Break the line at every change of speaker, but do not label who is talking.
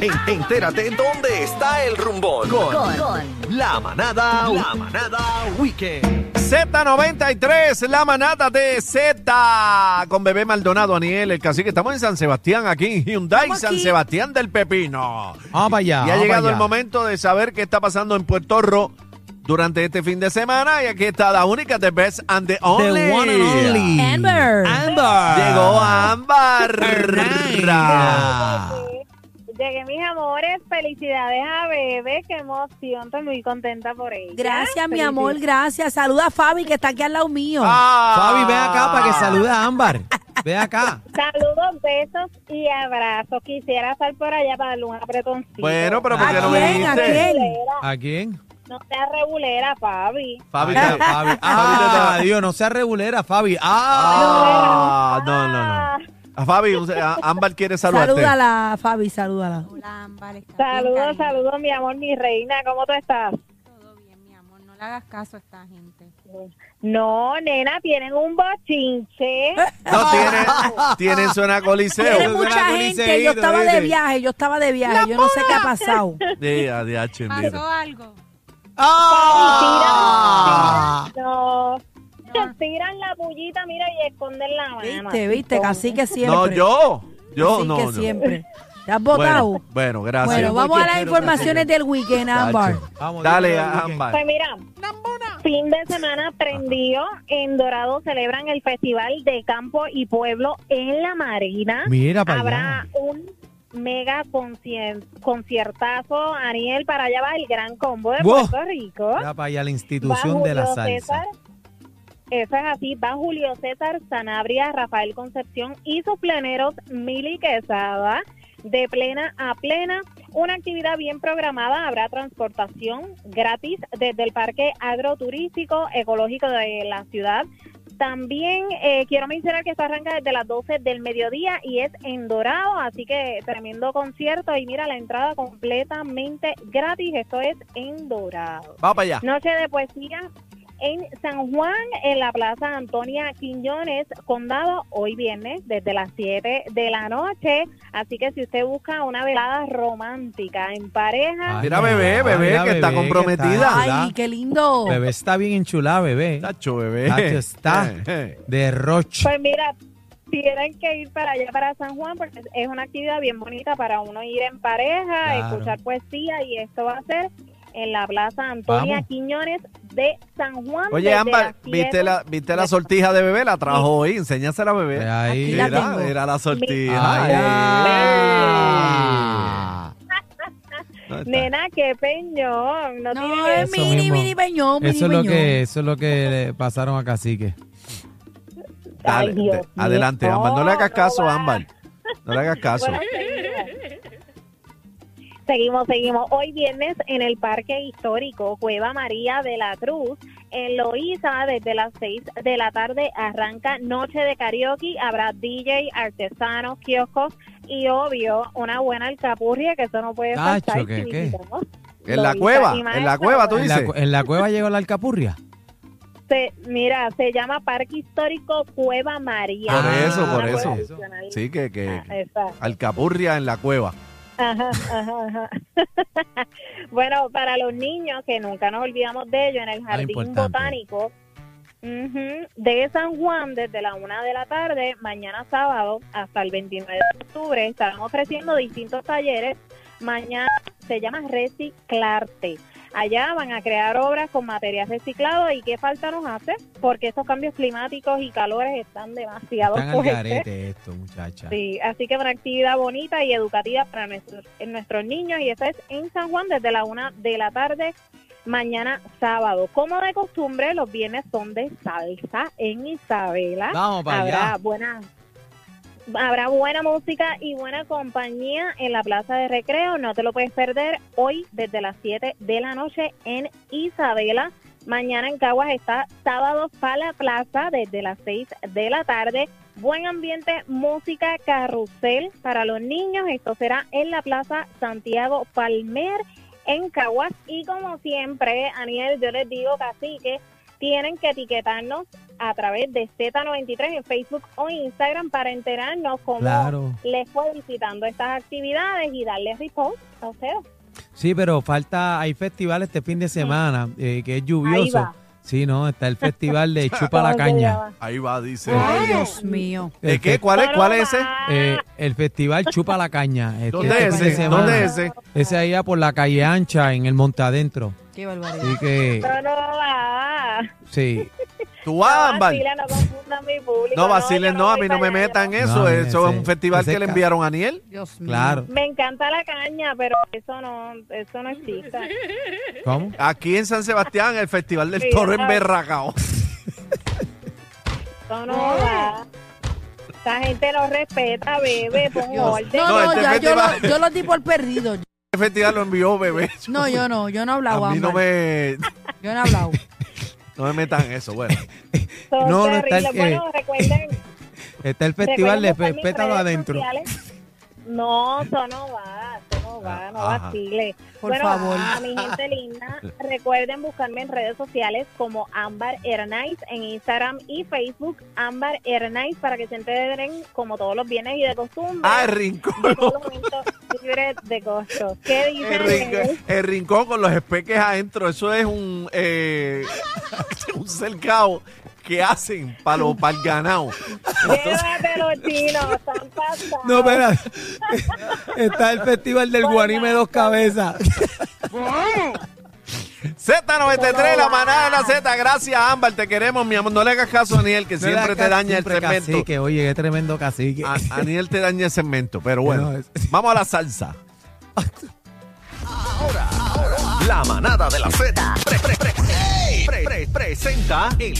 En- entérate dónde está el rumbón. Con, la manada, la manada weekend.
Z93, la manada de Z con bebé Maldonado, Aniel, el cacique. Estamos en San Sebastián, aquí en Hyundai,
Estamos
San
aquí.
Sebastián del Pepino.
Vamos para allá.
y ha
vamos
llegado
para
el
allá.
momento de saber qué está pasando en Puerto Rico durante este fin de semana. Y aquí está la única, the best and the only.
The one and only.
Amber.
Ah, Amber.
Llegó Ámbar.
Fernanda.
Llegué, mis amores. Felicidades a Bebe. Qué emoción. Estoy muy contenta por ella.
Gracias, mi amor, gracias. Saluda a Fabi, que está aquí al lado mío.
Ah.
Fabi, ven acá para que salude a Ámbar. Ven acá.
Saludos, besos y abrazos. Quisiera estar por allá para darle un apretoncito.
Bueno, pero ¿por
¿A
qué no me
quién? ¿A
dijiste?
quién?
¿A quién?
No seas rebulera, Fabi.
Fabi,
Ay,
te-
Fabi. Ah, Dios, no sea regulera, Fabi. Ah.
Ah, no, no, no. A Fabi, un- a- Ámbar quiere saludarte.
Salúdala, Fabi, salúdala.
Hola, Ámbar. ¿estás
Saludos,
bien, cariño?
saludos, mi amor, mi reina. ¿Cómo tú estás?
Todo bien, mi amor. No le hagas caso a esta gente.
No, nena, tienen un bochinche.
No, tiene, tiene suena
Tiene
coliseo.
mucha
Gran
gente. Yo
Coliseíto,
estaba de
¿viste?
viaje, yo estaba de viaje. Yo no sé qué ha pasado.
Sí, adiache,
¿Pasó
mira.
algo?
Ah.
No.
No.
Tiran la bullita, mira, y esconden la mano.
Viste, viste, casi que siempre.
No, yo, yo,
Cacique
no, no.
siempre. ¿Te has
Bueno,
votado?
bueno,
Bueno,
gracias.
vamos a las
Quiero
informaciones del weekend, Ámbar.
Vamos,
Dale,
dime, dime.
Ámbar.
Pues mira, fin de semana prendido en Dorado celebran el Festival de Campo y Pueblo en la Marina.
Mira para
Habrá
allá.
un mega concien- conciertazo, Ariel, para allá va el gran combo de
Wow.
Puerto Rico.
Mira para allá la
Va
institución de la
Julio
salsa.
César. Eso es así, va Julio César Sanabria, Rafael Concepción y sus pleneros Mili Quesada, de plena a plena. Una actividad bien programada, habrá transportación gratis desde el Parque Agroturístico Ecológico de la ciudad. También eh, quiero mencionar que esto arranca desde las 12 del mediodía y es en Dorado, así que tremendo concierto y mira la entrada completamente gratis, esto es en Dorado.
Va para allá.
Noche de poesía en San Juan, en la Plaza Antonia Quiñones, Condado, hoy viernes desde las 7 de la noche. Así que si usted busca una velada romántica en pareja,
Ay,
Mira, bebé, bebé,
mira,
que está
bebé,
comprometida.
que está
Ay, qué lindo.
Bebé está bien enchulada, bebé.
Tacho, bebé.
Tacho, está.
Eh, eh.
De Roche.
pues mira, tienen que ir para allá, para San Juan, porque es una actividad bien bonita para uno ir en pareja,
Claro.
escuchar poesía y esto va a ser en la Plaza Antonia
Vamos.
Quiñones de San Juan.
Oye,
desde
Ámbar,
las 7
¿viste la, ¿viste la
de-
sortija de bebé? La trajo hoy, enséñasela a bebé.
Aquí
Ahí.
la
Mira,
tengo.
mira la sortija.
Ay, ah.
Ahí está.
Nena, qué peñón. No,
No,
tiene
es
Eso
mini,
mismo.
mini peñón, mini
Eso es lo
peñón.
que, eso es lo que le pasaron a Cacique.
Dale,
Ay, Dios
de-
mío.
adelante, Ámbar. No le hagas
No,
caso,
no va.
Ámbar. No le hagas caso.
Bueno, seguimos. Seguimos, seguimos. Hoy viernes en el Parque Histórico Cueva María de la Cruz, en Loíza, desde las 6 de la tarde arranca Noche de Karaoke. Habrá DJ, artesanos, kioscos y, obvio, una buena alcapurria, que eso no puede
Tacho,
faltar.
¿qué,
si
qué?
visitamos
En la
Loíza.
cueva,
Y
en la
maestra,
cueva, tú
pues,
En la,
dices.
cu- en la cueva llegó la alcapurria.
se- mira, se llama Parque Histórico Cueva María. Ah,
Por eso,
Una
por
cueva
eso.
adicional.
Sí, que, que,
Ah,
que-
exacto.
alcapurria en la cueva.
Ajá, ajá, ajá. bueno, para los niños, que nunca nos olvidamos de ellos, en el Jardín
Ah, importante.
Botánico ujú, de San Juan, desde la una de la tarde, mañana sábado hasta el 29 de octubre, estarán ofreciendo distintos talleres. Mañana se llama Reciclarte. Allá van a crear obras con material reciclado y qué falta nos hace, porque estos cambios climáticos y calores están demasiado
Están al
fuertes.
garete esto, muchacha.
Sí, así que una actividad bonita y educativa para nuestros, en nuestros niños y eso es en San Juan desde la una de la tarde mañana sábado. Como de costumbre, los viernes son de salsa en Isabela.
Vamos para
Habrá
allá.
buena habrá buena música y buena compañía en la plaza de recreo, no te lo puedes perder hoy desde las 7 de la noche en Isabela. Mañana en Caguas está sábado para la plaza desde las 6 de la tarde. Buen ambiente, música, carrusel para los niños. Esto será en la plaza Santiago Palmer en Caguas. Y como siempre, Aniel, yo les digo, cacique, tienen que etiquetarnos a través de Z93 en Facebook o Instagram para enterarnos cómo
Claro.
les fue visitando estas actividades y darles repost a ustedes.
Sí, pero falta, hay festival este fin de semana eh, que es
Ahí
lluvioso.
va.
Sí, no, está el festival de Chupa la
Todo
Caña.
Ahí va, dice.
Ay, Dios mío.
¿De
El
qué?
fe-
¿Cuál es? ¿Cuál es ese?
eh, el festival Chupa la Caña. este
¿Dónde
fin
es
de
ese?
semana.
¿Dónde es ese?
Ese allá por la calle ancha en el Montadentro.
Qué barbaridad.
Así que,
No, no va.
sí.
Tú vas,
no
Ámbar.
vacilen, no confundan mi público.
Ah, No vaciles,
yo
no, a
voy
mí no me
para allá,
metan
yo
eso.
No,
Eso es
ese-
un festival
ese
que le
ca-
enviaron a Niel.
Dios mío.
Claro.
no. Me encanta la caña, pero eso no, eso no existe.
¿Cómo?
Aquí en San Sebastián, el Festival del
Sí,
Toro en
¿sabes?
Berracao.
Eso no va. Esta gente no respeta, bebé, pon
Dios.
orden.
No,
No,
no,
este
ya yo
festival-
lo, yo lo di por perdido.
El festival lo envió bebé.
No, yo no, yo no he hablado.
A mí no
Ámbar.
me,
Yo no he hablado.
no me metan eso. Bueno,
Son
No, no está
terribles.
el que-
Bueno, recuerden,
Está el festival de
recuerden buscar mis
Pétalo
redes
Adentro.
sociales. No, eso no va, eso no
Ah,
va, no
Ajá.
vacile.
Por
bueno,
favor.
A mi gente linda, recuerden buscarme en redes sociales como Ámbar Hernández en Instagram y Facebook Ámbar Hernández para que se enteren como todos los viernes y de costumbre.
ah, el rincón.
de todo momento libre de costo. ¿Qué
El
dicen?
rincón, el rincón con los espeques adentro. Eso es un, eh, un cercado que hacen para los para el ganado.
Llévatelo, chino, están pasados.
No, espera. Está el festival del Guanime Dos Cabezas.
Z93, la manada de la Z. Gracias, Ámbar. Te queremos, mi amor. No le hagas caso a Aniel, que siempre te daña el
tremendo.
segmento.
Cacique, oye, qué tremendo cacique.
A, Aniel te daña el segmento, pero bueno.
No, es-
Vamos a la salsa.
La manada de la Z pre- pre- pre- pre- pre- pre- presenta el